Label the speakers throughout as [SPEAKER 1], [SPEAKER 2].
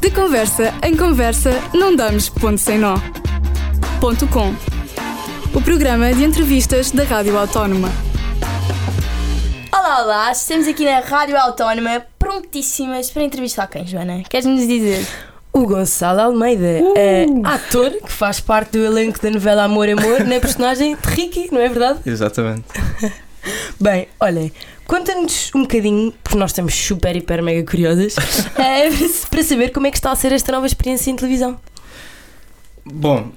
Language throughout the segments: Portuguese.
[SPEAKER 1] De conversa em conversa, não damos ponto sem nó. Ponto com. O programa de entrevistas da Rádio Autónoma.
[SPEAKER 2] Olá, olá, estamos aqui na Rádio Autónoma, prontíssimas para entrevistar quem, Joana? Queres nos dizer?
[SPEAKER 3] O Gonçalo Almeida é ator que faz parte do elenco da novela Amor Amor na personagem de Ricky, não é verdade?
[SPEAKER 4] Exatamente.
[SPEAKER 3] Bem, olhem, conta-nos um bocadinho, porque nós estamos super, hiper, mega curiosas, eh, para saber como é que está a ser esta nova experiência em televisão.
[SPEAKER 4] Bom,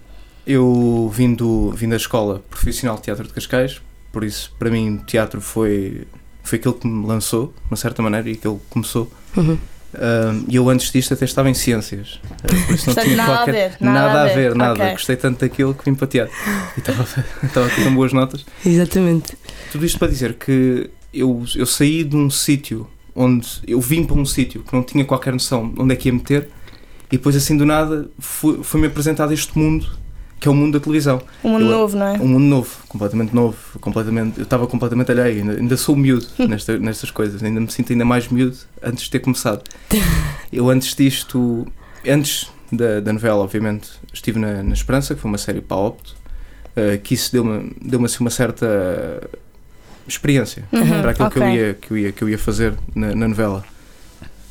[SPEAKER 4] eu vim, do, vim da escola profissional de teatro de Cascais, por isso, para mim, o teatro foi, foi aquilo que me lançou, de uma certa maneira, e aquilo que começou.
[SPEAKER 3] Uhum.
[SPEAKER 4] Ahm, E eu antes disto até estava em ciências, ah, por isso não
[SPEAKER 2] Portanto,
[SPEAKER 4] tinha
[SPEAKER 2] nada a
[SPEAKER 4] qualquer.
[SPEAKER 2] ver, nada a
[SPEAKER 4] a
[SPEAKER 2] ver.
[SPEAKER 4] ver, nada.
[SPEAKER 2] Ok.
[SPEAKER 4] Gostei tanto daquilo que vim para teatro. E estava estava aqui com boas notas.
[SPEAKER 3] Exatamente.
[SPEAKER 4] Tudo isto para dizer que eu, eu saí de um sítio onde eu vim para um sítio que não tinha qualquer noção de onde é que ia meter e depois assim do nada fu- foi-me apresentado este mundo que é o mundo da televisão.
[SPEAKER 2] Um mundo
[SPEAKER 4] Eu-
[SPEAKER 2] novo, não é?
[SPEAKER 4] Um mundo novo, completamente novo, completamente, eu estava completamente alheio, ainda, ainda sou miúdo nesta- nestas coisas, ainda me sinto ainda mais miúdo antes de ter começado. Eu antes disto, antes da, da novela, obviamente, estive na, na Esperança, que foi uma série para a Opto, eh, que isso deu-me deu assim uma certa experiência
[SPEAKER 2] Uhum,
[SPEAKER 4] para aquilo que,
[SPEAKER 2] ok.
[SPEAKER 4] eu ia, que, eu ia, que eu ia fazer na, na novela.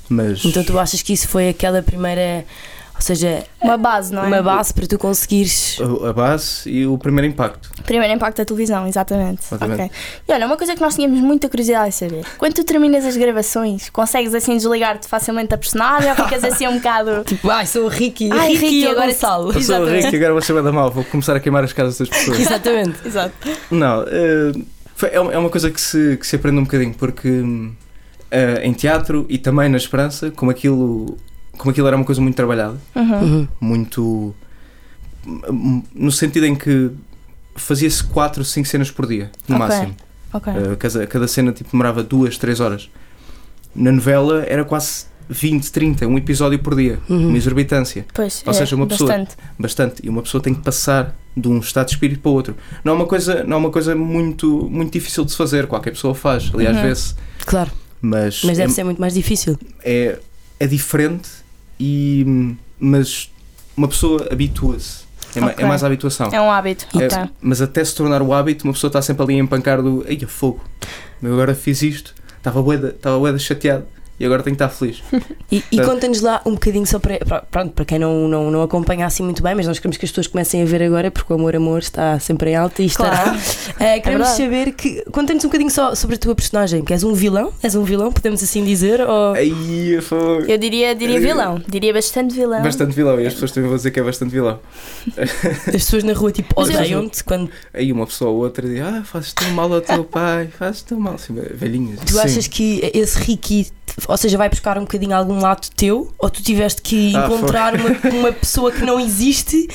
[SPEAKER 4] Mas
[SPEAKER 3] Então tu achas que isso foi aquela primeira, ou seja,
[SPEAKER 2] Uma base, não é?
[SPEAKER 3] uma base para tu conseguires.
[SPEAKER 4] a, a base e o primeiro impacto.
[SPEAKER 2] Primeiro impacto da televisão, exatamente.
[SPEAKER 4] Exatamente.
[SPEAKER 2] Ok. E olha, uma coisa que nós tínhamos muita curiosidade em saber: quando tu terminas as gravações, consegues assim desligar-te facilmente da personagem ou ficas assim um bocado.
[SPEAKER 3] Tipo, ai, sou o Ricky,
[SPEAKER 2] Ai, Ricky,
[SPEAKER 3] ou
[SPEAKER 2] agora-
[SPEAKER 3] Gonçalo.
[SPEAKER 4] Eu sou o rei que agora vou ser da mal, vou começar a queimar as casas das pessoas.
[SPEAKER 3] Exatamente.
[SPEAKER 2] Exato.
[SPEAKER 4] Não, eh, foi- é uma é uma coisa que se, que se aprende um bocadinho, porque hum, eh, em teatro e também na Esperança, como aquilo, como aquilo era uma coisa muito trabalhada,
[SPEAKER 2] Uhum.
[SPEAKER 3] Uhum.
[SPEAKER 4] muito. hum, no sentido em que fazia-se 4, 5 cenas por dia, no
[SPEAKER 2] Ok. Ah.
[SPEAKER 4] máximo.
[SPEAKER 2] Ok.
[SPEAKER 4] Eh, cada, cada cena tipo, demorava 2, 3 horas. Na novela era quase 20, 30, um episódio por dia,
[SPEAKER 3] Hum. Uhum.
[SPEAKER 4] uma exorbitância
[SPEAKER 2] Pois,
[SPEAKER 4] ou
[SPEAKER 2] é,
[SPEAKER 4] seja, uma pessoa-
[SPEAKER 2] bastante.
[SPEAKER 4] bastante e uma pessoa tem que passar de um estado de espírito para o outro. Não é uma coisa, não é uma coisa muito, muito difícil de se fazer, qualquer pessoa faz, aliás,
[SPEAKER 2] Uhum.
[SPEAKER 4] vê-se,
[SPEAKER 3] Claro,
[SPEAKER 4] mas,
[SPEAKER 3] mas
[SPEAKER 4] é,
[SPEAKER 3] deve ser muito mais difícil.
[SPEAKER 4] é, é diferente e mas uma pessoa habitua-se. É, ma- é
[SPEAKER 2] Ok.
[SPEAKER 4] mais a habituação.
[SPEAKER 2] É um hábito.
[SPEAKER 4] É,
[SPEAKER 2] ok.
[SPEAKER 4] mas até se tornar o hábito, uma pessoa está sempre ali a empancar do Ei, a fogo, eu agora fiz isto, estava boeda, estava boeda chateado e agora tenho que estar feliz.
[SPEAKER 2] Uhum.
[SPEAKER 3] E, e
[SPEAKER 4] Portanto-
[SPEAKER 3] conta-nos lá um bocadinho só para, para- pronto, para quem não, não, não acompanha assim muito bem, mas nós queremos que as pessoas comecem a ver agora, porque o amor, amor está sempre em alta e estará.
[SPEAKER 2] Claro. É
[SPEAKER 3] Eh, queremos
[SPEAKER 2] verdade.
[SPEAKER 3] saber que. Conta-nos um bocadinho só sobre a tua personagem, que és um vilão? És um vilão, podemos assim dizer?
[SPEAKER 4] É
[SPEAKER 3] Ou...
[SPEAKER 4] Aí foi
[SPEAKER 2] Eu diria, diria vilão. Diria bastante vilão.
[SPEAKER 4] É- bastante vilão e as pessoas também vão dizer que é bastante vilão.
[SPEAKER 3] As pessoas na rua tipo
[SPEAKER 2] Mas eu-
[SPEAKER 3] odeiam-te quando
[SPEAKER 4] Aí uma pessoa ou outra diz, ah, fazes tão mal ao teu pai, fazes tão mal. Assim, velhinhas.
[SPEAKER 3] tu achas que esse Ricky, ou seja, vai buscar um bocadinho algum lado teu, ou tu tiveste que
[SPEAKER 4] Ah, foi.
[SPEAKER 3] encontrar uma, uma pessoa que não existe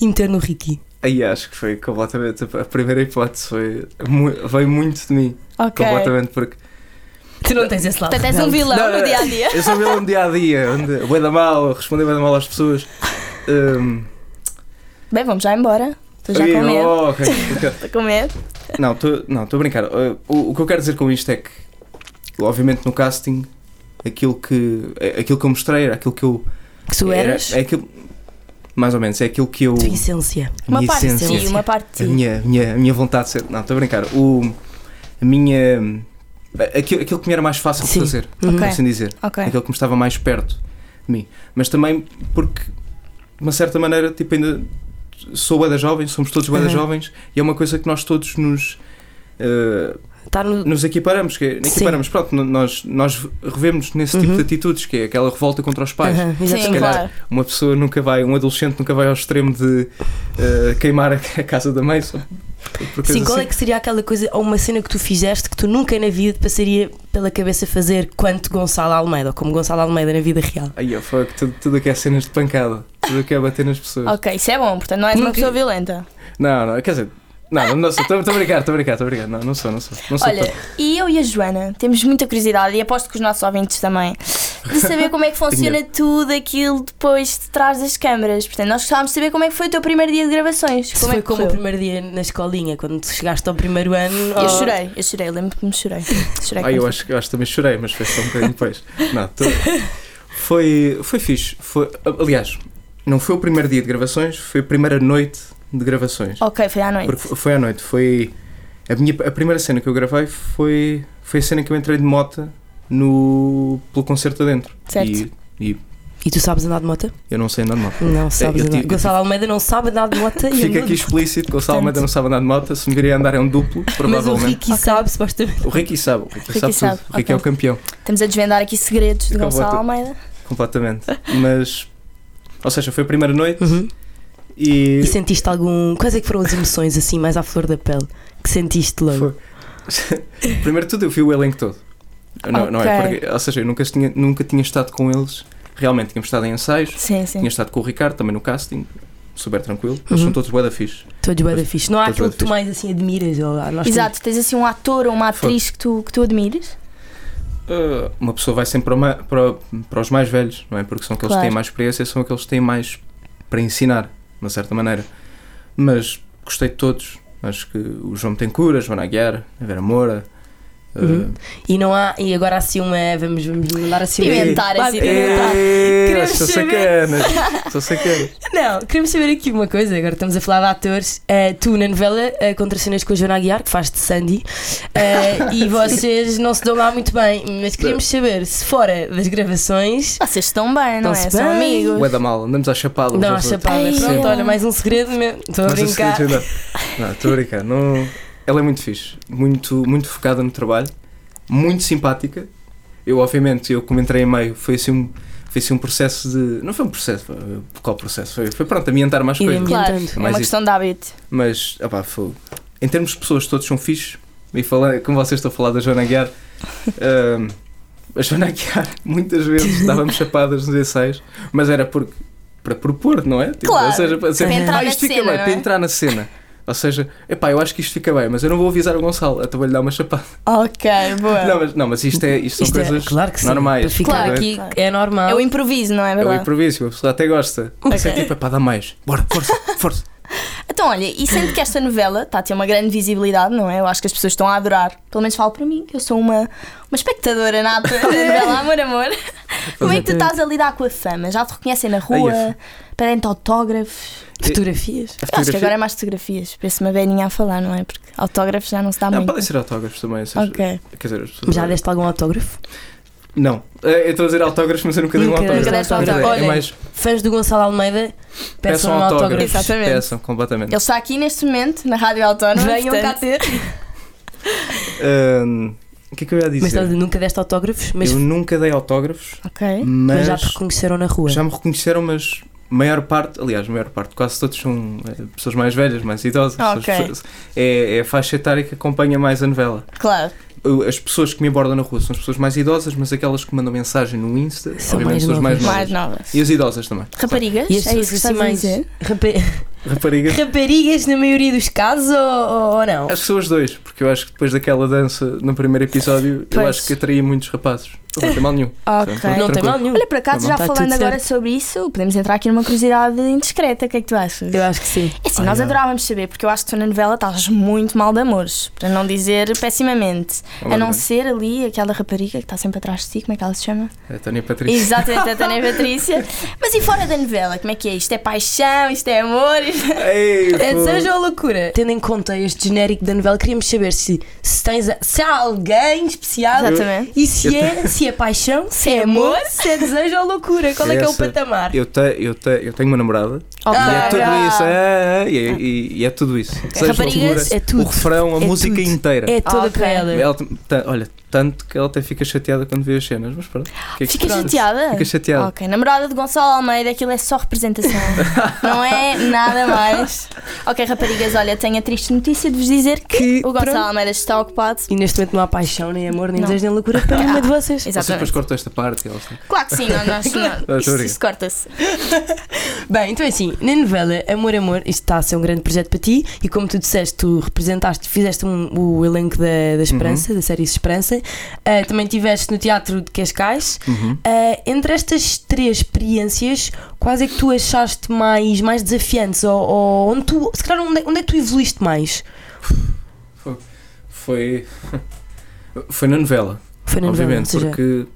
[SPEAKER 3] e meter no Ricky?
[SPEAKER 4] Aí acho que foi completamente, a primeira hipótese foi, mu- veio muito de mim,
[SPEAKER 2] Ok.
[SPEAKER 4] completamente, porque...
[SPEAKER 3] Tu não tens esse lado.
[SPEAKER 2] Portanto, és um
[SPEAKER 3] realmente.
[SPEAKER 2] vilão
[SPEAKER 4] Não,
[SPEAKER 2] no
[SPEAKER 4] não,
[SPEAKER 2] dia a dia.
[SPEAKER 4] Eu sou vilão do dia-a-dia, onde bué da mal, responder bué da mal às pessoas. Hum,
[SPEAKER 2] Bem, vamos já embora. Estou já
[SPEAKER 4] aí,
[SPEAKER 2] com medo.
[SPEAKER 4] oh, ok, ok.
[SPEAKER 2] Estou com medo.
[SPEAKER 4] Não, estou não, tô a brincar. Uh, O, o que eu quero dizer com isto é que, obviamente, no casting, aquilo que, aquilo que eu mostrei era aquilo que eu...
[SPEAKER 3] Que tu
[SPEAKER 4] era-
[SPEAKER 3] eras?
[SPEAKER 4] é aquilo, mais ou menos, é aquilo que eu...
[SPEAKER 3] Tua essência.
[SPEAKER 4] a minha
[SPEAKER 2] Uma parte de
[SPEAKER 4] essência.
[SPEAKER 2] ti, uma parte
[SPEAKER 4] A
[SPEAKER 2] de ti.
[SPEAKER 4] minha, a minha, a minha vontade de ser. Não, estou a brincar. O, a minha. Aquilo, aquilo que me era mais fácil
[SPEAKER 3] Sim.
[SPEAKER 4] de fazer,
[SPEAKER 3] Uhum.
[SPEAKER 4] por
[SPEAKER 2] Ok.
[SPEAKER 4] assim dizer.
[SPEAKER 2] Ok.
[SPEAKER 4] Aquilo que me estava mais perto de mim. Mas também porque, de uma certa maneira, tipo, ainda sou boeda jovem, somos todos boeda
[SPEAKER 3] Uhum.
[SPEAKER 4] jovens e é uma coisa que nós todos nos. eh,
[SPEAKER 3] Estar Tá no,
[SPEAKER 4] nos equiparamos, que é-
[SPEAKER 3] Sim.
[SPEAKER 4] equiparamos, pronto, no- nós, nós revemos nesse tipo
[SPEAKER 3] Uhum.
[SPEAKER 4] de atitudes, que é aquela revolta contra os pais.
[SPEAKER 3] Aham,
[SPEAKER 2] Sim,
[SPEAKER 3] exatamente.
[SPEAKER 4] calhar.
[SPEAKER 2] claro.
[SPEAKER 4] Uma pessoa nunca vai, um adolescente nunca vai ao extremo de eh, queimar a, a casa da mãe. Só, por coisa
[SPEAKER 3] Sim, qual
[SPEAKER 4] assim.
[SPEAKER 3] é que seria aquela coisa ou uma cena que tu fizeste que tu nunca na vida te passaria pela cabeça fazer quanto Gonçalo Almeida, ou como Gonçalo Almeida na vida real?
[SPEAKER 4] Aí, ó, fuck, tudo, tudo o que é cenas de pancada, tudo o que é bater nas pessoas.
[SPEAKER 2] Ok, isso é bom, portanto não és uma
[SPEAKER 3] Nunca-
[SPEAKER 2] pessoa violenta.
[SPEAKER 4] Não, não, quer dizer, não, não sou, estou a brincar, estou a brincar, estou a brincar. Não, não sou, não sou. Não sou
[SPEAKER 2] Olha,
[SPEAKER 4] tão-
[SPEAKER 2] e eu e a Joana temos muita curiosidade, e aposto que os nossos ouvintes também, de saber como é que funciona tudo aquilo depois de trás das câmaras. Portanto, nós gostávamos de saber como é que foi o teu primeiro dia de gravações.
[SPEAKER 3] Se
[SPEAKER 2] Como
[SPEAKER 3] foi
[SPEAKER 2] é que
[SPEAKER 3] como o
[SPEAKER 2] correu?
[SPEAKER 3] primeiro dia na escolinha, quando tu chegaste ao primeiro ano.
[SPEAKER 2] Eu
[SPEAKER 3] ou-
[SPEAKER 2] chorei, eu chorei, lembro-me que me chorei. chorei
[SPEAKER 4] Ai, Ah, eu
[SPEAKER 2] quando-
[SPEAKER 4] acho, eu acho que também chorei, mas foi só um bocadinho depois. Não, estou- Foi, foi fixe. Foi, aliás, não foi o primeiro dia de gravações, foi a primeira noite de gravações.
[SPEAKER 2] Ok, foi à noite.
[SPEAKER 4] Porque fo- foi à noite. Foi a, minha, a primeira cena que eu gravei foi, foi a cena que eu entrei de moto no, pelo concerto adentro.
[SPEAKER 2] Certo.
[SPEAKER 4] E
[SPEAKER 3] E tu sabes andar de moto?
[SPEAKER 4] eu não sei andar de moto.
[SPEAKER 3] Não sabes
[SPEAKER 4] eu
[SPEAKER 3] andar.
[SPEAKER 4] tive-
[SPEAKER 3] Gonçalo Almeida não sabe andar de moto e
[SPEAKER 4] Fica
[SPEAKER 3] andou
[SPEAKER 4] aqui
[SPEAKER 3] de-
[SPEAKER 4] explícito que o Salmeda não sabe andar de moto, se me viria a andar é um duplo,
[SPEAKER 3] Mas o
[SPEAKER 4] provavelmente.
[SPEAKER 3] Ricky sabe, supostamente.
[SPEAKER 4] O Ricky, sabe, o Ricky, sabe,
[SPEAKER 2] sabe,
[SPEAKER 4] tudo. O Ricky
[SPEAKER 2] ok.
[SPEAKER 4] é o campeão,
[SPEAKER 2] Estamos a desvendar aqui segredos de
[SPEAKER 4] Acabou
[SPEAKER 2] Gonçalo
[SPEAKER 4] tudo.
[SPEAKER 2] Almeida.
[SPEAKER 4] completamente. Mas, ou seja, foi a primeira noite
[SPEAKER 3] Uhum.
[SPEAKER 4] e.
[SPEAKER 3] E sentiste algum. Quais é que foram as emoções assim, mais à flor da pele? Que sentiste logo?
[SPEAKER 4] Foi. Primeiro de tudo, eu vi o elenco todo. Não, não é
[SPEAKER 2] Ok.
[SPEAKER 4] porque- ou seja, eu nunca tinha, nunca tinha estado com eles. Realmente, tínhamos estado em ensaios,
[SPEAKER 2] Sim, sim.
[SPEAKER 4] tinha estado com o Ricardo também no casting, super tranquilo. Eles
[SPEAKER 3] Uhum.
[SPEAKER 4] são todos bué da fixe.
[SPEAKER 3] Todos bué da fixe. Não há
[SPEAKER 4] Todos bué
[SPEAKER 3] aquilo
[SPEAKER 4] da
[SPEAKER 3] que tu
[SPEAKER 4] fixe.
[SPEAKER 3] mais assim admiras? Ou, ah, nós
[SPEAKER 2] Exato, tens assim um ator ou uma atriz que tu, que tu admires?
[SPEAKER 4] Ah, uma pessoa vai sempre para, o ma- para, para os mais velhos, não é? Porque são aqueles que
[SPEAKER 2] Claro.
[SPEAKER 4] têm mais experiência, são aqueles que têm mais para ensinar, de uma certa maneira. Mas gostei de todos. Acho que o João Tencoura, a Joana Aguiar, a Vera Moura. ah,
[SPEAKER 3] Uhum. temos- E não há. E agora assim uma. Vamos, vamos mandar assim uma.
[SPEAKER 2] Pimentar, assim, pimentar.
[SPEAKER 4] Eh,
[SPEAKER 3] Queremos
[SPEAKER 4] sou
[SPEAKER 3] saber.
[SPEAKER 4] sacanas, sou sacanas.
[SPEAKER 3] Não, queremos saber aqui uma coisa. Agora estamos a falar de atores. Eh, tu na novela eh, contracenas com a Joana Aguiar, que faz de Sandy, eh, e vocês não se dão lá muito bem. Mas queríamos saber se fora das gravações.
[SPEAKER 2] Vocês estão bem, não
[SPEAKER 3] Estão-se
[SPEAKER 2] é? São
[SPEAKER 3] bem.
[SPEAKER 2] amigos.
[SPEAKER 4] Ué da mal, andamos à chapada. uns
[SPEAKER 3] Não,
[SPEAKER 4] aos
[SPEAKER 3] acha
[SPEAKER 4] outros.
[SPEAKER 3] pá,
[SPEAKER 2] Ai,
[SPEAKER 3] pronto,
[SPEAKER 2] sim.
[SPEAKER 3] olha, mais um segredo mesmo. Estou a
[SPEAKER 4] Mas esse
[SPEAKER 3] brincar.
[SPEAKER 4] sentido, Não, Não, estou a brincar. Não... Ela é muito fixe, muito, muito focada no trabalho, muito simpática. Eu, obviamente, eu como entrei em meio, foi assim um, foi assim um processo de. Não foi um processo, foi, qual processo? Foi, foi pronto, ambientar mais
[SPEAKER 3] E
[SPEAKER 4] coisas.
[SPEAKER 3] ambientar.
[SPEAKER 2] Claro,
[SPEAKER 3] Entendo.
[SPEAKER 2] é
[SPEAKER 4] Mas
[SPEAKER 2] uma
[SPEAKER 4] isso-
[SPEAKER 2] questão de hábito.
[SPEAKER 4] Mas, opá, foi. em termos de pessoas, todos são fixes. E falando, como vocês estão a falar da Joana Aguiar, hum, a Joana Aguiar muitas vezes estávamos chapadas nos ensaios, mas era porque, para propor, não é? Tipo,
[SPEAKER 2] Claro,
[SPEAKER 4] ou seja, para, dizer,
[SPEAKER 2] para entrar
[SPEAKER 4] "Ah,
[SPEAKER 2] na
[SPEAKER 4] isto fica
[SPEAKER 2] cena,
[SPEAKER 4] bem,
[SPEAKER 2] não é?"
[SPEAKER 4] para entrar na cena. Ou seja, epá, eu acho que isto fica bem, mas eu não vou avisar o Gonçalo, até vou-lhe dar uma chapada.
[SPEAKER 2] Ok, boa.
[SPEAKER 4] Não, mas, não, mas isto, é, isto são
[SPEAKER 3] Isto é-
[SPEAKER 4] coisas
[SPEAKER 3] claro que sim.
[SPEAKER 4] normais.
[SPEAKER 3] Para ficar
[SPEAKER 2] Claro,
[SPEAKER 3] aqui
[SPEAKER 2] claro.
[SPEAKER 3] é normal.
[SPEAKER 2] É o improviso, não é
[SPEAKER 4] É o
[SPEAKER 2] verdade?
[SPEAKER 4] improviso, a pessoa até gosta. Isso é tipo, epá, dá mais. Bora, força, força.
[SPEAKER 2] Então, olha, e sendo que esta novela está a ter uma grande visibilidade, não é? Eu acho que as pessoas estão a adorar. Pelo menos falo para mim, que eu sou uma, uma espectadora nata da novela Amor Amor. Como é que tu estás a lidar com a fama? Já te reconhecem na
[SPEAKER 4] Ai, a
[SPEAKER 2] rua? Pedem-te autógrafos?
[SPEAKER 3] Fotografias.
[SPEAKER 4] A
[SPEAKER 2] Eu acho que
[SPEAKER 4] fotografia-
[SPEAKER 2] agora é mais fotografias. Parece uma velhinha a falar, não é? Porque autógrafos já não se dá
[SPEAKER 4] Não,
[SPEAKER 2] muito.
[SPEAKER 4] podem ser autógrafos também. ou seja,
[SPEAKER 2] Ok.
[SPEAKER 4] Quer dizer, as pessoas-
[SPEAKER 3] Já deste algum autógrafo?
[SPEAKER 4] Um Não, Eh, eu estou a dizer autógrafos, mas eu nunca dei um
[SPEAKER 3] Nunca
[SPEAKER 4] autógrafo.
[SPEAKER 2] deste
[SPEAKER 4] Quer dizer,
[SPEAKER 3] autógrafo.
[SPEAKER 4] É mais,
[SPEAKER 3] Fãs do Gonçalo Almeida peçam
[SPEAKER 4] peçam
[SPEAKER 3] um autógrafo.
[SPEAKER 4] autógrafos.
[SPEAKER 2] Exatamente.
[SPEAKER 4] Peçam, completamente.
[SPEAKER 2] Ele está aqui neste momento, na Rádio Autónoma.
[SPEAKER 1] um
[SPEAKER 3] Venham cá
[SPEAKER 2] portanto,
[SPEAKER 3] ter.
[SPEAKER 4] Ahn, O que é que eu ia dizer?
[SPEAKER 3] Mas estás a dizer, nunca deste autógrafos, mas,
[SPEAKER 4] Eu nunca dei autógrafos,
[SPEAKER 2] Ok.
[SPEAKER 3] mas
[SPEAKER 4] mas,
[SPEAKER 3] já te reconheceram na rua.
[SPEAKER 4] já me reconheceram, mas a maior parte, aliás, a maior parte, quase todos são eh, pessoas mais velhas, mais idosas.
[SPEAKER 2] Ok.
[SPEAKER 4] pessoas- pessoas- é, é a faixa etária que acompanha mais a novela.
[SPEAKER 2] Claro.
[SPEAKER 4] Eu- As pessoas que me abordam na rua são as pessoas mais idosas, mas aquelas que mandam mensagem no Insta,
[SPEAKER 3] São
[SPEAKER 4] obviamente,
[SPEAKER 3] mais
[SPEAKER 4] são as mais
[SPEAKER 2] Mais
[SPEAKER 4] novas.
[SPEAKER 2] novas.
[SPEAKER 4] E as idosas também.
[SPEAKER 2] Raparigas?
[SPEAKER 3] E as
[SPEAKER 2] é isso que
[SPEAKER 3] pessoas assim
[SPEAKER 2] estás a
[SPEAKER 3] mais.
[SPEAKER 2] dizer?
[SPEAKER 3] rapa-
[SPEAKER 4] Raparigas.
[SPEAKER 3] Raparigas na maioria dos casos ou, ou- ou não?
[SPEAKER 4] Acho que são os dois, porque eu acho que depois daquela dança no primeiro episódio, eu
[SPEAKER 3] Pois.
[SPEAKER 4] acho que atraía muitos rapazes. Não tem mal nenhum.
[SPEAKER 2] Ok.
[SPEAKER 4] Não
[SPEAKER 3] Não tem
[SPEAKER 4] tranquilo.
[SPEAKER 3] mal nenhum.
[SPEAKER 2] Olha, por acaso,
[SPEAKER 4] Tá bom.
[SPEAKER 2] já
[SPEAKER 3] Tá tudo
[SPEAKER 2] falando agora
[SPEAKER 3] certo.
[SPEAKER 2] sobre isso, podemos entrar aqui numa curiosidade indiscreta. O que é que tu achas?
[SPEAKER 3] Eu acho que sim.
[SPEAKER 2] É assim, nós
[SPEAKER 4] Olha.
[SPEAKER 2] adorávamos saber, porque eu acho que tu na novela estás muito mal de amores, para não dizer pessimamente. a não
[SPEAKER 4] Obviamente.
[SPEAKER 2] ser ali aquela rapariga que está sempre atrás de ti, como é que ela se chama?
[SPEAKER 4] A Tânia Patrícia.
[SPEAKER 2] Exatamente, a Tânia Patrícia. Mas e fora da novela, como é que é? Isto é paixão, isto é amor?
[SPEAKER 4] Ei,
[SPEAKER 3] É
[SPEAKER 4] pô.
[SPEAKER 3] desejo ou loucura? Tendo em conta este genérico da novela, queríamos saber se, se tens a- se há alguém especial
[SPEAKER 2] Exatamente.
[SPEAKER 3] e se é, se é paixão, se é amor, se é desejo ou loucura. Qual é que é o
[SPEAKER 4] Essa-
[SPEAKER 3] patamar?
[SPEAKER 4] Eu, te, eu, te, eu tenho uma namorada
[SPEAKER 2] Ok.
[SPEAKER 4] e é tudo
[SPEAKER 2] Ah.
[SPEAKER 4] isso. É, é, é, e, é- e- e é tudo isso. Desejo,
[SPEAKER 2] Raparigas,
[SPEAKER 4] loucura,
[SPEAKER 3] é tudo.
[SPEAKER 4] O refrão, a
[SPEAKER 3] É
[SPEAKER 4] música
[SPEAKER 3] tudo.
[SPEAKER 4] inteira.
[SPEAKER 3] É toda
[SPEAKER 2] Ah, ok.
[SPEAKER 3] para ela.
[SPEAKER 4] Ela t- ta- olha, tanto que ela até fica chateada quando vê as cenas, mas pronto. o que é que
[SPEAKER 2] Fica
[SPEAKER 4] se faz?
[SPEAKER 2] chateada?
[SPEAKER 4] Fica chateada.
[SPEAKER 2] Ok, namorada de Gonçalo Almeida, aquilo é só representação. não é nada mais. Ok, raparigas, olha, tenho a triste notícia de vos dizer que,
[SPEAKER 3] Que,
[SPEAKER 2] o Gonçalo
[SPEAKER 3] pronto.
[SPEAKER 2] Almeida está ocupado.
[SPEAKER 3] E neste momento não há paixão, nem amor, nem
[SPEAKER 2] Não.
[SPEAKER 3] desejo, nem loucura para nenhuma de vocês.
[SPEAKER 4] Vocês depois
[SPEAKER 2] Exatamente.
[SPEAKER 4] cortam esta parte. e Ela está...
[SPEAKER 2] Claro que sim, não, nós, não,
[SPEAKER 4] Ah,
[SPEAKER 2] isso,
[SPEAKER 4] sorry.
[SPEAKER 2] isso corta-se.
[SPEAKER 3] Bem, então é assim, na novela Amor, Amor, isto está a ser um grande projeto para ti e como tu disseste, tu representaste, fizeste um- o elenco da,
[SPEAKER 4] Uhum.
[SPEAKER 3] da Esperança, da série Esperança, Ah, também estiveste no Teatro de Cascais.
[SPEAKER 4] Uhum.
[SPEAKER 3] Ah, entre estas três experiências, quais é que tu achaste mais, mais desafiantes? Ou, ou onde tu, se calhar, onde, é- onde é que tu evoluíste mais?
[SPEAKER 4] Foi. Foi na novela.
[SPEAKER 3] Foi na novela,
[SPEAKER 4] obviamente,
[SPEAKER 3] ou seja,
[SPEAKER 4] porque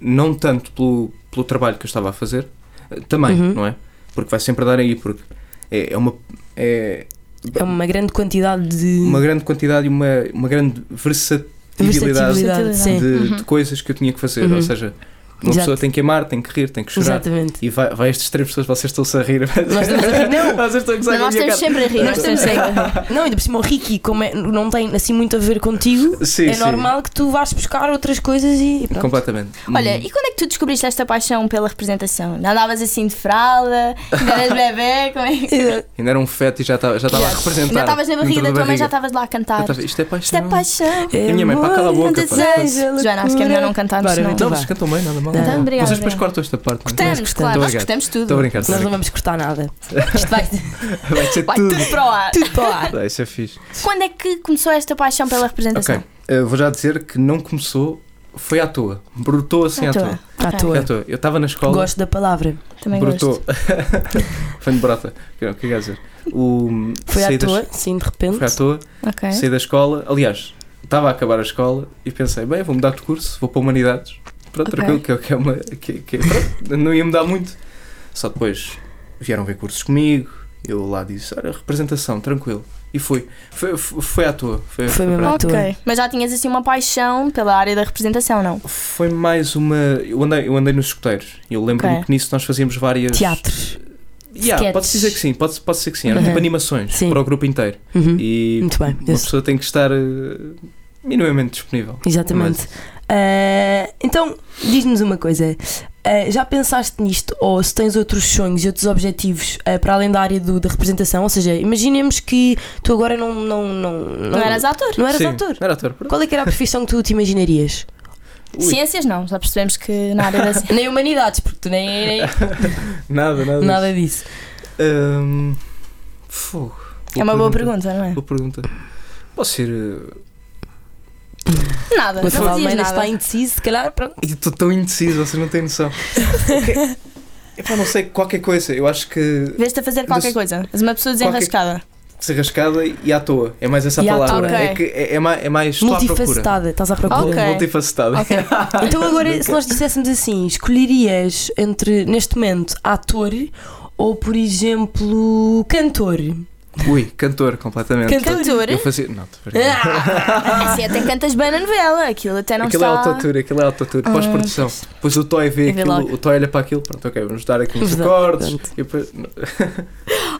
[SPEAKER 4] não tanto pelo, pelo pelo trabalho que eu estava a fazer, eh, também,
[SPEAKER 3] Uhum.
[SPEAKER 4] não é? Porque vai sempre dar aí, porque é, é uma. É,
[SPEAKER 3] É uma grande quantidade de
[SPEAKER 4] uma grande quantidade e uma, uma grande versatilidade
[SPEAKER 3] versatilidade.
[SPEAKER 4] de,
[SPEAKER 3] Sim,
[SPEAKER 2] Uhum.
[SPEAKER 4] de coisas que eu tinha que fazer.
[SPEAKER 3] Uhum.
[SPEAKER 4] Ou seja, uma
[SPEAKER 3] Exato.
[SPEAKER 4] pessoa tem que amar, tem que rir, tem que chorar.
[SPEAKER 3] exatamente.
[SPEAKER 4] E vai, vai estes três pessoas, vocês estão-se a rir.
[SPEAKER 3] Nós estamos a rir, não.
[SPEAKER 4] Vocês estão a gozar
[SPEAKER 2] Mas
[SPEAKER 4] com a
[SPEAKER 2] nós estamos
[SPEAKER 4] minha cara.
[SPEAKER 2] sempre a rir, nós estamos sempre.
[SPEAKER 3] Não, ainda por cima o Ricky, como é- não tem assim muito a ver contigo,
[SPEAKER 4] Sim,
[SPEAKER 3] é
[SPEAKER 4] sim.
[SPEAKER 3] normal que tu vás buscar outras coisas e e pronto.
[SPEAKER 4] Completamente. Hum.
[SPEAKER 2] Olha, e quando é que tu descobriste esta paixão pela representação? Ainda Andavas assim de fralda, ainda eras bebê, como é que.
[SPEAKER 3] Exato.
[SPEAKER 4] Ainda era um feto e já estava já estava a representar.
[SPEAKER 2] Ainda estavas na barriga
[SPEAKER 4] dentro
[SPEAKER 2] da tua mãe, já estavas lá a cantar.
[SPEAKER 4] Eu estava- Isto é paixão.
[SPEAKER 2] Isto é paixão.
[SPEAKER 4] E a minha mãe, pá, cala a
[SPEAKER 3] Amor,
[SPEAKER 4] boca, pá.
[SPEAKER 3] desejo,
[SPEAKER 2] Joana, acho que é melhor não cantarmos,
[SPEAKER 3] Bora,
[SPEAKER 2] senão-
[SPEAKER 3] então
[SPEAKER 4] Não,
[SPEAKER 3] vá.
[SPEAKER 4] vocês cantam bem, nada mal.
[SPEAKER 3] Tá.
[SPEAKER 2] Então, obrigada.
[SPEAKER 4] Vocês depois cortam esta parte. não é?
[SPEAKER 2] Cortamos, claro,
[SPEAKER 4] Estou
[SPEAKER 2] nós
[SPEAKER 4] a brincar.
[SPEAKER 2] cortamos tudo.
[SPEAKER 4] Estou a brincar. estou a
[SPEAKER 3] Nós não vamos cortar nada.
[SPEAKER 4] brincar.
[SPEAKER 3] Isto vai,
[SPEAKER 4] Vai ser
[SPEAKER 2] Vai
[SPEAKER 4] tudo.
[SPEAKER 2] tudo para o ar.
[SPEAKER 3] tudo para lá.
[SPEAKER 4] Ah, Isso é fixe.
[SPEAKER 2] Quando é que começou esta paixão pela
[SPEAKER 4] Ok,
[SPEAKER 2] representação?
[SPEAKER 4] eh, vou já dizer que não começou, foi à toa. Brotou assim
[SPEAKER 2] À
[SPEAKER 4] à,
[SPEAKER 2] toa.
[SPEAKER 4] toa.
[SPEAKER 3] À
[SPEAKER 2] Ok.
[SPEAKER 4] Foi
[SPEAKER 3] toa.
[SPEAKER 4] à toa. Eu estava na escola.
[SPEAKER 3] Gosto da palavra.
[SPEAKER 2] Também
[SPEAKER 4] brotou.
[SPEAKER 2] gosto.
[SPEAKER 4] foi de brota. O que é que eu ia dizer? O,
[SPEAKER 3] Foi
[SPEAKER 4] saí
[SPEAKER 3] à
[SPEAKER 4] da-
[SPEAKER 3] toa, sim, de repente.
[SPEAKER 4] Foi à toa.
[SPEAKER 3] É?
[SPEAKER 2] Ok.
[SPEAKER 4] Saí da escola, aliás, estava a acabar a escola e pensei, bem, vou mudar de curso, vou para Humanidades. Pronto,
[SPEAKER 2] Ok.
[SPEAKER 4] tranquilo, que é- que é uma. Que, que, pronto, não ia mudar muito. Só depois vieram ver cursos comigo, eu lá disse, olha, representação, tranquilo. E fui. Foi, foi, foi à toa. Foi,
[SPEAKER 3] Foi mesmo
[SPEAKER 4] para-
[SPEAKER 3] à toa.
[SPEAKER 2] Ok. Mas já tinhas assim uma paixão pela área da representação, não?
[SPEAKER 4] Foi mais uma. Eu andei, eu andei nos escuteiros. Eu lembro-me
[SPEAKER 2] Ok.
[SPEAKER 4] que nisso nós fazíamos várias.
[SPEAKER 3] Teatros.
[SPEAKER 4] Yeah,
[SPEAKER 3] sketches.
[SPEAKER 4] pode dizer que sim, pode, pode ser que sim. Eram
[SPEAKER 3] Uhum.
[SPEAKER 4] tipo animações
[SPEAKER 3] Sim.
[SPEAKER 4] para o grupo inteiro.
[SPEAKER 3] Uhum.
[SPEAKER 4] E
[SPEAKER 3] Muito bem.
[SPEAKER 4] uma
[SPEAKER 3] Esse-
[SPEAKER 4] pessoa tem que estar eh, minimamente disponível.
[SPEAKER 3] Exatamente. Ah, então, diz-nos uma coisa. Ah, já pensaste nisto ou se tens outros sonhos e outros objetivos ah, para além da área do- da representação? Ou seja, imaginemos que tu agora não. Não, não, não,
[SPEAKER 2] Não eras ator?
[SPEAKER 3] não eras
[SPEAKER 4] Sim,
[SPEAKER 3] ator.
[SPEAKER 4] Não era ator. pronto.
[SPEAKER 3] Qual é que era a profissão que tu te imaginarias?
[SPEAKER 4] Ui.
[SPEAKER 2] Ciências não, já percebemos que na área da ciência.
[SPEAKER 3] Nem humanidades, porque tu nem, nem
[SPEAKER 4] Nada, nada.
[SPEAKER 3] nada disso.
[SPEAKER 4] Ahm, fogo.
[SPEAKER 2] É uma boa pergunta, não é?
[SPEAKER 4] Boa pergunta. Posso ser. eh,
[SPEAKER 2] Nada, não
[SPEAKER 3] Mas o
[SPEAKER 2] fazias
[SPEAKER 3] Almeida
[SPEAKER 2] nada.
[SPEAKER 3] está indeciso, se calhar, pronto.
[SPEAKER 4] eu Estou tão indeciso, vocês não têm noção. Eu não sei, qualquer coisa. Eu acho que
[SPEAKER 2] Veste a fazer qualquer
[SPEAKER 4] Des-
[SPEAKER 2] coisa. És uma pessoa desenrascada.
[SPEAKER 4] desarrascada e à toa. É mais essa
[SPEAKER 3] E à
[SPEAKER 4] palavra.
[SPEAKER 2] toa.
[SPEAKER 4] É, que é, é mais, é mais estou à procura.
[SPEAKER 3] Multifacetada, estás à procura.
[SPEAKER 2] Ok.
[SPEAKER 4] Multifacetada.
[SPEAKER 2] Ok.
[SPEAKER 3] Então agora, se nós disséssemos assim, escolherias entre, neste momento, ator ou, por exemplo, cantor?
[SPEAKER 4] Ui, cantor completamente.
[SPEAKER 2] Cantor?
[SPEAKER 4] Eu fazia. Não, estou
[SPEAKER 2] assim até cantas bem na novela. Aquilo até Ah, não
[SPEAKER 4] Aquilo é
[SPEAKER 2] está.
[SPEAKER 4] autotune, aquilo é autotune,
[SPEAKER 2] Ah,
[SPEAKER 4] pós-produção. Depois o Toy vê
[SPEAKER 3] E vê logo.
[SPEAKER 4] aquilo, o Toy olha para aquilo, pronto, ok, vamos dar aqui uns
[SPEAKER 3] Exato,
[SPEAKER 4] acordes.
[SPEAKER 3] pronto.
[SPEAKER 4] E depois,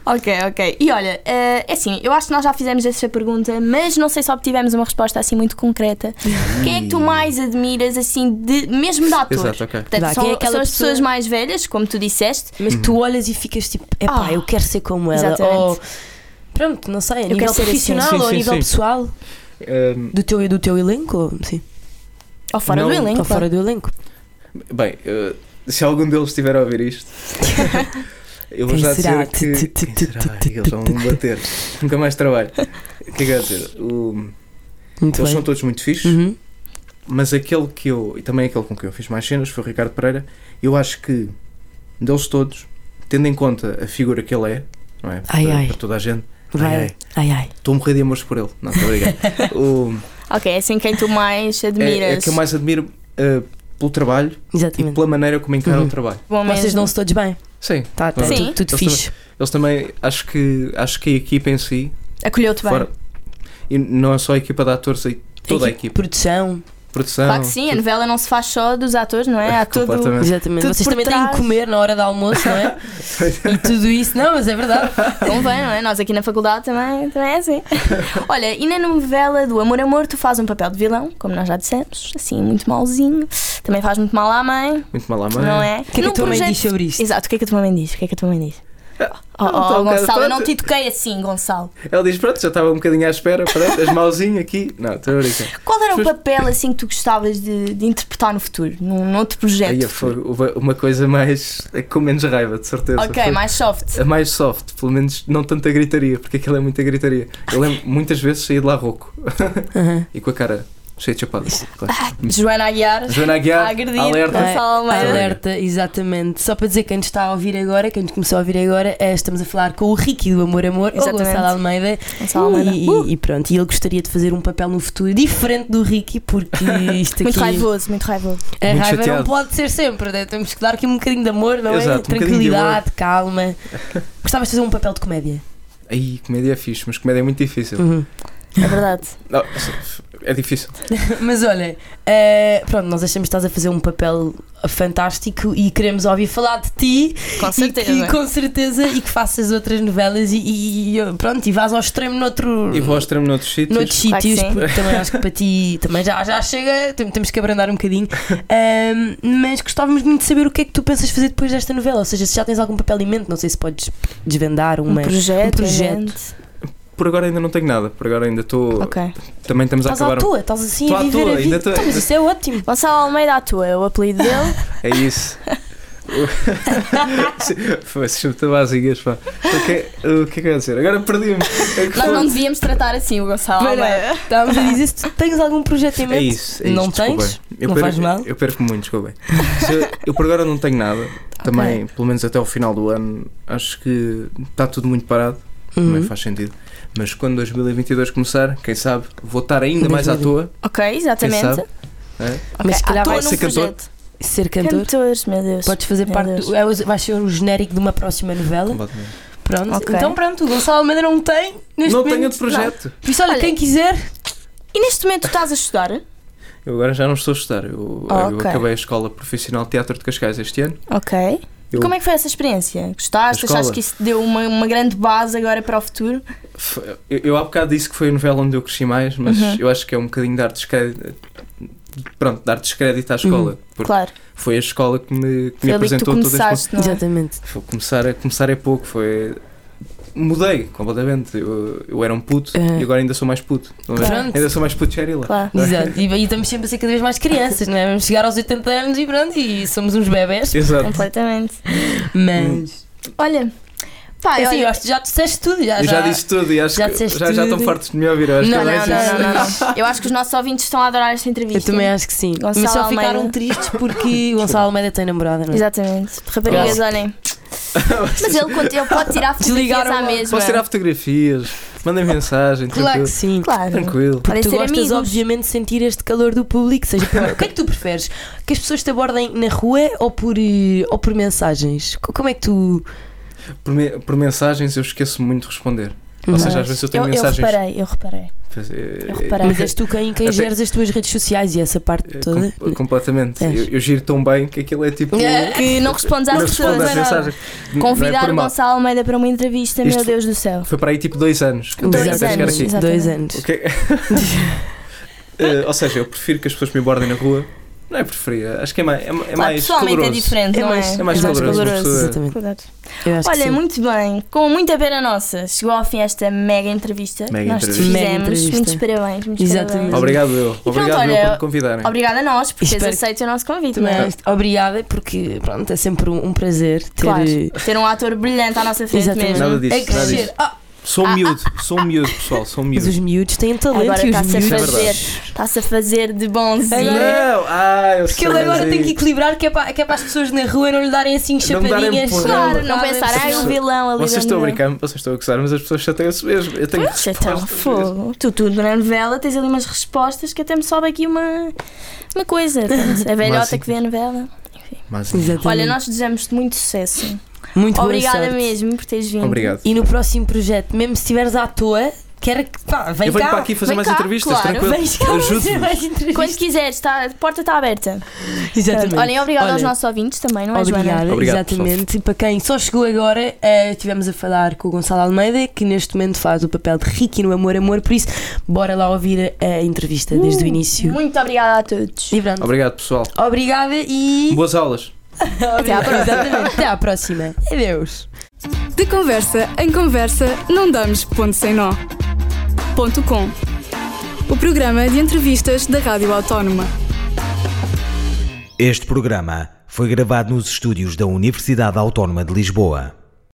[SPEAKER 2] Ok, ok. E olha, eh, é assim, eu acho que nós já fizemos essa pergunta, mas não sei se obtivemos uma resposta assim muito concreta. Quem é que tu mais admiras, assim, de, mesmo de ator?
[SPEAKER 4] Exato, ok.
[SPEAKER 2] Portanto,
[SPEAKER 3] Vá,
[SPEAKER 2] são,
[SPEAKER 3] quem é aquela
[SPEAKER 2] são as pessoas
[SPEAKER 3] pessoa-
[SPEAKER 2] mais velhas, como tu disseste.
[SPEAKER 3] Mas que tu olhas e ficas tipo, epá,
[SPEAKER 2] Uhum. Ah,
[SPEAKER 3] eu quero ser como ela.
[SPEAKER 2] exatamente.
[SPEAKER 3] Ou, pronto, não sei, a
[SPEAKER 2] quero
[SPEAKER 3] nível
[SPEAKER 2] ser assim.
[SPEAKER 3] profissional
[SPEAKER 4] Sim,
[SPEAKER 3] ou a
[SPEAKER 4] sim,
[SPEAKER 3] nível
[SPEAKER 4] sim.
[SPEAKER 3] pessoal
[SPEAKER 4] Ahm,
[SPEAKER 3] do teu, do teu elenco? ou- Sim,
[SPEAKER 2] Ou fora
[SPEAKER 4] Não,
[SPEAKER 2] do
[SPEAKER 3] ou
[SPEAKER 2] elenco.
[SPEAKER 3] fora do elenco.
[SPEAKER 4] Bem, eh, se algum deles estiver a ouvir isto, eu vou
[SPEAKER 3] Quem
[SPEAKER 4] já
[SPEAKER 3] será?
[SPEAKER 4] dizer
[SPEAKER 3] Tu,
[SPEAKER 4] que.
[SPEAKER 3] tu,
[SPEAKER 4] Quem
[SPEAKER 3] tu,
[SPEAKER 4] será?
[SPEAKER 3] tu, tu,
[SPEAKER 4] Ai, Eles vão me bater. Nunca mais trabalho. O que é que eu ia dizer? O-
[SPEAKER 2] Então
[SPEAKER 3] Muito
[SPEAKER 4] Eles
[SPEAKER 3] bem.
[SPEAKER 4] são todos muito fixes,
[SPEAKER 3] Uhum.
[SPEAKER 4] mas aquele que eu. E também aquele com quem eu fiz mais cenas foi o Ricardo Pereira. Eu acho que deles todos, tendo em conta a figura que ele é, não é?
[SPEAKER 3] Ai,
[SPEAKER 4] para,
[SPEAKER 3] ai.
[SPEAKER 4] para toda a gente,
[SPEAKER 3] Vai.
[SPEAKER 4] Ai,
[SPEAKER 3] Ai, ai.
[SPEAKER 4] estou a morrer de amores por ele. Não, estou obrigado. o,
[SPEAKER 2] Ok, é assim quem tu mais
[SPEAKER 4] é,
[SPEAKER 2] admiras.
[SPEAKER 4] é que eu mais admiro eh, pelo trabalho e
[SPEAKER 3] Exatamente.
[SPEAKER 4] pela maneira como encara
[SPEAKER 3] Uhum.
[SPEAKER 4] o trabalho.
[SPEAKER 2] Bom
[SPEAKER 3] Vocês
[SPEAKER 2] mesmo.
[SPEAKER 3] dão-se todos bem?
[SPEAKER 4] Sim,
[SPEAKER 3] Tá, tá
[SPEAKER 4] Sim.
[SPEAKER 3] tudo, tudo
[SPEAKER 4] Eles
[SPEAKER 3] fixe.
[SPEAKER 4] Eles também, acho que, acho que a equipa em si,
[SPEAKER 2] Acolheu-te bem.
[SPEAKER 4] fora, e não é só a equipa de atores, é toda a equipa,
[SPEAKER 3] Produção,
[SPEAKER 4] produção.
[SPEAKER 2] Claro que sim, a
[SPEAKER 4] tudo.
[SPEAKER 2] novela não se faz só dos atores, não é? Há todo.
[SPEAKER 4] Completamente.
[SPEAKER 3] exatamente.
[SPEAKER 2] Tudo
[SPEAKER 3] Vocês
[SPEAKER 2] por
[SPEAKER 3] também têm
[SPEAKER 2] trás.
[SPEAKER 3] que comer na hora do almoço, não é? e tudo isso, não, mas é verdade.
[SPEAKER 2] Convém, não é? Nós aqui na faculdade também, também é assim. Olha, e na novela do Amor Amor, tu fazes um papel de vilão, como nós já dissemos, assim, muito malzinho. Também faz muito mal à mãe,
[SPEAKER 4] Muito mal à mãe.
[SPEAKER 2] não é?
[SPEAKER 3] O que é que a
[SPEAKER 2] Num
[SPEAKER 3] tua mãe
[SPEAKER 2] projeto-
[SPEAKER 3] diz sobre isto?
[SPEAKER 2] Exato, o que é que a tua mãe diz? O que é que a tua mãe diz? Oh,
[SPEAKER 4] É, não tô,
[SPEAKER 2] oh,
[SPEAKER 4] cara,
[SPEAKER 2] Gonçalo, eu
[SPEAKER 4] pronto.
[SPEAKER 2] não te toquei assim, Gonçalo.
[SPEAKER 4] Ela diz: Pronto, já estava um bocadinho à espera, pronto, as mãozinhas aqui. Não, estou a brincar.
[SPEAKER 2] Qual era o
[SPEAKER 4] Pois-
[SPEAKER 2] papel assim que tu gostavas de, de interpretar no futuro, num, num outro projeto?
[SPEAKER 4] Aí foi uma- uma coisa mais. é com menos raiva, de certeza.
[SPEAKER 2] ok,
[SPEAKER 4] Foi
[SPEAKER 2] mais soft.
[SPEAKER 4] A mais soft, pelo menos não tanta gritaria, porque aquilo é muita gritaria. Eu lembro muitas vezes saí de lá rouco
[SPEAKER 3] Aham.
[SPEAKER 4] e com a cara. Cheio de chapadas. claro.
[SPEAKER 2] Joana Aguiar.
[SPEAKER 4] Joana
[SPEAKER 2] A
[SPEAKER 4] Aguiar,
[SPEAKER 2] agredir.
[SPEAKER 4] alerta.
[SPEAKER 2] Gonçalo Almeida.
[SPEAKER 4] Alerta.
[SPEAKER 3] é? Alerta, exatamente. Só para dizer quem nos está a ouvir agora, quem nos começou a ouvir agora, eh, estamos a falar com o Ricky do Amor Amor, ou
[SPEAKER 2] Exatamente.
[SPEAKER 3] Gonçalo Almeida.
[SPEAKER 2] Gonçalo Almeida.
[SPEAKER 3] E, e pronto, e ele gostaria de fazer um papel no futuro diferente do Ricky, porque isto
[SPEAKER 2] Muito
[SPEAKER 3] aqui.
[SPEAKER 2] raivoso, muito raivoso.
[SPEAKER 3] A
[SPEAKER 4] Muito
[SPEAKER 3] É raiva não
[SPEAKER 4] chateado.
[SPEAKER 3] pode ser sempre, né? temos que dar aqui um bocadinho de amor, não
[SPEAKER 4] Exato, um
[SPEAKER 3] é?
[SPEAKER 4] bocadinho de
[SPEAKER 3] Tranquilidade, calma. Gostavas de fazer um papel de comédia? Uhum.
[SPEAKER 4] Aí, comédia é fixe, mas comédia é muito difícil.
[SPEAKER 2] É verdade.
[SPEAKER 4] Não, é difícil.
[SPEAKER 3] Mas olha, eh, pronto, nós achamos que estás a fazer um papel fantástico e queremos ouvir falar de ti
[SPEAKER 2] Com certeza.
[SPEAKER 3] E que, com certeza e que faças outras novelas e, e- e, pronto, e vás ao extremo noutro,
[SPEAKER 4] E vou ao extremo noutros
[SPEAKER 3] noutros
[SPEAKER 4] sítios.
[SPEAKER 2] Claro que
[SPEAKER 3] sítios,
[SPEAKER 2] sim.
[SPEAKER 3] porque também acho que para ti também já, já chega, tem- temos que abrandar um bocadinho. Ahm, mas gostávamos muito de saber o que é que tu pensas fazer depois desta novela, ou seja, se já tens algum papel em mente, não sei se podes desvendar uma.
[SPEAKER 2] Um projeto.
[SPEAKER 3] um projeto.
[SPEAKER 2] gente.
[SPEAKER 4] Por agora ainda não tenho nada, por agora ainda estou.
[SPEAKER 2] Ok.
[SPEAKER 4] Também estamos a
[SPEAKER 3] Estás à
[SPEAKER 4] acabar. um-
[SPEAKER 3] tua, estás assim
[SPEAKER 4] Estou
[SPEAKER 3] a
[SPEAKER 4] à
[SPEAKER 3] viver
[SPEAKER 4] toa,
[SPEAKER 3] a vida.
[SPEAKER 4] ainda estou-
[SPEAKER 3] Então, mas isso é ótimo.
[SPEAKER 2] Gonçalo Almeida à tua, é o apelido dele.
[SPEAKER 4] É isso. Foi-se muito básicas, pá. O que, é- o que é que eu ia dizer? Agora perdi-me. É que
[SPEAKER 2] Nós
[SPEAKER 4] foi-
[SPEAKER 2] não devíamos tratar assim o Gonçalo
[SPEAKER 3] Pois é.
[SPEAKER 2] Almeida.
[SPEAKER 3] Estávamos a dizer se tu tens algum projeto em
[SPEAKER 4] É
[SPEAKER 3] mente.
[SPEAKER 4] isso, é
[SPEAKER 3] Não
[SPEAKER 4] isso, desculpem.
[SPEAKER 3] tens?
[SPEAKER 4] Eu
[SPEAKER 3] Não
[SPEAKER 4] perco,
[SPEAKER 3] faz mal?
[SPEAKER 4] Eu perco muito, desculpem. Se eu, eu por agora não tenho nada. Também, pelo menos até ao final do ano, acho que está tudo muito parado. Também
[SPEAKER 3] Uhum.
[SPEAKER 4] faz sentido. Mas quando 2022 começar, quem sabe, vou estar ainda mais à toa.
[SPEAKER 2] Ok,
[SPEAKER 4] Quem
[SPEAKER 2] exatamente.
[SPEAKER 4] sabe? né?
[SPEAKER 3] Mas se
[SPEAKER 2] à
[SPEAKER 3] calhar
[SPEAKER 2] toa
[SPEAKER 3] vai
[SPEAKER 2] num
[SPEAKER 4] ser cantor.
[SPEAKER 2] projeto.
[SPEAKER 3] Ser cantor.
[SPEAKER 2] Cantores, meu Deus.
[SPEAKER 3] Podes fazer
[SPEAKER 2] Meu
[SPEAKER 3] parte.
[SPEAKER 2] Deus.
[SPEAKER 3] Do, é o- vai ser o genérico de uma próxima novela.
[SPEAKER 4] Completamente.
[SPEAKER 3] Pronto.
[SPEAKER 2] Ok.
[SPEAKER 3] Então pronto, o Gonçalo Almeida não tem. Neste
[SPEAKER 4] Não
[SPEAKER 3] momento,
[SPEAKER 4] tenho outro projeto.
[SPEAKER 3] Por isso, olha,
[SPEAKER 2] Olha.
[SPEAKER 3] quem quiser.
[SPEAKER 2] E neste momento tu estás a estudar?
[SPEAKER 4] Eu agora já não estou a estudar. Eu,
[SPEAKER 2] Ah,
[SPEAKER 4] eu
[SPEAKER 2] ok.
[SPEAKER 4] acabei a Escola Profissional de Teatro de Cascais este ano.
[SPEAKER 2] Ok.
[SPEAKER 4] Eu-
[SPEAKER 2] E como é que foi essa experiência? Gostaste?
[SPEAKER 4] A escola?
[SPEAKER 2] Achaste que isso te deu uma, uma grande base agora para o futuro?
[SPEAKER 4] F- Eu, eu há bocado disse que foi a novela onde eu cresci mais, mas
[SPEAKER 2] Uhum.
[SPEAKER 4] eu acho que é um bocadinho dar descrédito. Pronto, dar descrédito à escola. Porque
[SPEAKER 2] Claro.
[SPEAKER 4] foi a escola que me, que me
[SPEAKER 2] Foi ali que tu
[SPEAKER 4] apresentou todo este
[SPEAKER 2] começaste, não é?
[SPEAKER 3] Exatamente.
[SPEAKER 4] Foi começar, a começar é pouco, foi. Mudei completamente. Eu, eu era um puto
[SPEAKER 3] É.
[SPEAKER 4] e agora ainda sou mais puto. Não é?
[SPEAKER 3] Pronto.
[SPEAKER 4] Ainda sou mais puto Sheryl.
[SPEAKER 2] Claro.
[SPEAKER 3] Exato. E, e estamos sempre a ser cada vez mais crianças, não é? Vamos chegar aos 80 anos e pronto, e somos uns bebés.
[SPEAKER 4] Exato.
[SPEAKER 2] Completamente.
[SPEAKER 3] Mas.
[SPEAKER 2] Olha, pá,
[SPEAKER 3] assim,
[SPEAKER 2] olha-
[SPEAKER 3] eu acho que já disseste tudo. Então Já,
[SPEAKER 4] Eu já disse tudo e acho
[SPEAKER 3] já
[SPEAKER 4] que
[SPEAKER 3] disseste
[SPEAKER 4] já, já estão
[SPEAKER 3] tudo.
[SPEAKER 4] fartos de me ouvir. Eu acho
[SPEAKER 3] Não,
[SPEAKER 4] que é
[SPEAKER 2] não,
[SPEAKER 4] mais isso.
[SPEAKER 2] não, não, não, não. Eu acho que os nossos ouvintes estão a adorar esta entrevista.
[SPEAKER 3] Eu também acho que sim.
[SPEAKER 2] Gonçalo
[SPEAKER 3] Mas só
[SPEAKER 2] Almeida.
[SPEAKER 3] ficaram tristes porque Gonçalo Almeida tem namorada, não é?
[SPEAKER 2] Exatamente. Raparigas, olhem. Mas ele, conti- ele pode tirar fotografias
[SPEAKER 3] Desligaram
[SPEAKER 2] à
[SPEAKER 3] logo.
[SPEAKER 2] mesma.
[SPEAKER 4] Posso tirar fotografias, mandem mensagem,
[SPEAKER 3] Claro
[SPEAKER 4] tranquilo.
[SPEAKER 3] que sim.
[SPEAKER 2] Claro.
[SPEAKER 4] tranquilo.
[SPEAKER 3] Porque
[SPEAKER 2] Podem
[SPEAKER 3] tu
[SPEAKER 2] ser
[SPEAKER 3] gostas,
[SPEAKER 2] amigos.
[SPEAKER 3] obviamente, de sentir este calor do público. Seja por... o que é que tu preferes? Que as pessoas te abordem na rua ou por, eh, ou por mensagens? Co- Como é que tu.
[SPEAKER 4] Por, me- por mensagens eu esqueço muito de responder. Ou
[SPEAKER 3] Uhum.
[SPEAKER 4] seja, às vezes eu tenho
[SPEAKER 2] eu, eu
[SPEAKER 4] mensagens.
[SPEAKER 2] reparei, eu reparei.
[SPEAKER 4] Pois, é-
[SPEAKER 2] eu
[SPEAKER 3] Mas
[SPEAKER 2] reparei.
[SPEAKER 3] és tu quem, quem
[SPEAKER 4] Até-
[SPEAKER 3] geres as tuas redes sociais e essa parte
[SPEAKER 4] é,
[SPEAKER 3] toda?
[SPEAKER 4] com-
[SPEAKER 2] É.
[SPEAKER 4] completamente.
[SPEAKER 3] És.
[SPEAKER 4] Eu, eu giro tão bem que aquilo é tipo.
[SPEAKER 3] É.
[SPEAKER 2] Que não respondes às
[SPEAKER 4] não respondo às
[SPEAKER 2] pessoas.
[SPEAKER 4] mensagens. Não é
[SPEAKER 2] Convidar
[SPEAKER 4] por
[SPEAKER 2] o
[SPEAKER 4] mal.
[SPEAKER 2] Gonçalo Almeida para uma entrevista,
[SPEAKER 4] Isto-
[SPEAKER 2] meu Deus do céu.
[SPEAKER 4] Foi para aí tipo dois anos. que assim. eu
[SPEAKER 2] Dois
[SPEAKER 4] tenho até chegar
[SPEAKER 2] anos,
[SPEAKER 4] aqui.
[SPEAKER 2] exato.
[SPEAKER 3] Dois anos.
[SPEAKER 4] Ok. Eh, ou seja, eu prefiro que as pessoas me abordem na rua. Não é preferir, acho que é mais. É, é
[SPEAKER 2] Claro,
[SPEAKER 4] mais
[SPEAKER 2] pessoalmente
[SPEAKER 4] caloroso.
[SPEAKER 2] é diferente,
[SPEAKER 3] É
[SPEAKER 2] não
[SPEAKER 3] mais-
[SPEAKER 2] é?
[SPEAKER 4] é mais caloroso, pessoa.
[SPEAKER 3] Exatamente.
[SPEAKER 2] Verdade.
[SPEAKER 3] Eu acho
[SPEAKER 2] Olha,
[SPEAKER 3] que sim.
[SPEAKER 2] muito bem, com muita pena nossa, chegou ao fim esta mega entrevista que
[SPEAKER 4] Mega
[SPEAKER 2] nós te
[SPEAKER 4] entrevista.
[SPEAKER 2] fizemos.
[SPEAKER 3] Mega entrevista.
[SPEAKER 2] Muitos parabéns, muitos
[SPEAKER 3] Exatamente.
[SPEAKER 2] parabéns.
[SPEAKER 4] Obrigado eu.
[SPEAKER 2] pronto,
[SPEAKER 4] Obrigado eu
[SPEAKER 2] olha,
[SPEAKER 4] por me convidarem.
[SPEAKER 2] Obrigada a nós por teres
[SPEAKER 3] Espero que-
[SPEAKER 2] aceito o nosso convite, não
[SPEAKER 3] Também
[SPEAKER 2] é?
[SPEAKER 3] acho- Obrigada, porque pronto, é sempre um, um prazer ter. eh,
[SPEAKER 2] Claro, ter um ator brilhante à nossa frente
[SPEAKER 3] Exatamente.
[SPEAKER 2] mesmo. É
[SPEAKER 4] Nada disso,
[SPEAKER 3] a
[SPEAKER 4] nada disso.
[SPEAKER 3] crescer. Ah,
[SPEAKER 4] Sou um miúdo, sou miúdo, pessoal, sou um
[SPEAKER 3] mas
[SPEAKER 4] miúdo.
[SPEAKER 3] os miúdos têm talento
[SPEAKER 2] Agora
[SPEAKER 3] e os
[SPEAKER 2] está-se a
[SPEAKER 3] miúdos.
[SPEAKER 4] Isso é
[SPEAKER 2] fazer,
[SPEAKER 4] verdade.
[SPEAKER 2] está-se a fazer de bonzinho.
[SPEAKER 3] Agora-
[SPEAKER 4] Não! Ah, eu
[SPEAKER 3] Porque
[SPEAKER 4] sei,
[SPEAKER 3] ele agora
[SPEAKER 4] mas
[SPEAKER 3] tem
[SPEAKER 4] aí-
[SPEAKER 3] que equilibrar, que é, para, que é para as pessoas na rua não lhe darem assim
[SPEAKER 4] Não me darem
[SPEAKER 3] chapadinhas.
[SPEAKER 4] porrada.
[SPEAKER 2] Claro, não
[SPEAKER 3] Nada
[SPEAKER 2] pensar,
[SPEAKER 3] disso.
[SPEAKER 2] ah, é um vilão ali.
[SPEAKER 4] Vocês
[SPEAKER 2] da
[SPEAKER 4] estão a
[SPEAKER 2] novela."
[SPEAKER 4] brincar, vocês estão a gozar, mas as pessoas chateiam-se mesmo. Eu tenho
[SPEAKER 2] Pois,
[SPEAKER 3] tá
[SPEAKER 2] então,
[SPEAKER 4] respostas.
[SPEAKER 2] fogo. Tu, tu na novela tens ali umas respostas que até me sobe aqui uma, uma coisa. Pronto, a velhota
[SPEAKER 4] assim.
[SPEAKER 2] que vê a novela.
[SPEAKER 4] Mas,
[SPEAKER 3] Exatamente.
[SPEAKER 2] é. Olha, nós desejamos-te muito sucesso.
[SPEAKER 3] Muito boa
[SPEAKER 2] Obrigada
[SPEAKER 3] sorte.
[SPEAKER 2] mesmo por teres vindo.
[SPEAKER 4] obrigado.
[SPEAKER 3] E no próximo projeto, mesmo se estiveres à toa, quero que. Pá, vem
[SPEAKER 4] Eu venho
[SPEAKER 3] cá.
[SPEAKER 4] para aqui fazer
[SPEAKER 2] vem
[SPEAKER 4] mais
[SPEAKER 2] cá,
[SPEAKER 4] entrevistas,
[SPEAKER 2] claro.
[SPEAKER 4] tranquilo.
[SPEAKER 3] Vens cá fazer
[SPEAKER 4] Ajude-me.
[SPEAKER 3] mais entrevistas.
[SPEAKER 2] Quando quiseres, tá- a porta está aberta.
[SPEAKER 3] Exatamente.
[SPEAKER 2] Olhem, obrigado aos
[SPEAKER 3] Olha,
[SPEAKER 2] nossos ouvintes também, não é, Joana?
[SPEAKER 3] Obrigada,
[SPEAKER 4] Obrigado,
[SPEAKER 3] exatamente. E para quem só chegou agora, eh, estivemos a falar com o Gonçalo Almeida, que neste momento faz o papel de Ricky no Amor Amor, por isso, bora lá ouvir a, a entrevista desde o início.
[SPEAKER 2] Muito obrigada a todos.
[SPEAKER 3] E pronto.
[SPEAKER 4] Obrigado, pessoal.
[SPEAKER 3] Obrigada e.
[SPEAKER 4] Boas aulas.
[SPEAKER 3] Até à próxima. Exatamente. Até à próxima. Adeus.
[SPEAKER 1] De conversa em conversa, não damos ponto sem nó. Ponto com. O programa de entrevistas da Rádio Autónoma.
[SPEAKER 5] Este programa foi gravado nos estúdios da Universidade Autónoma de Lisboa.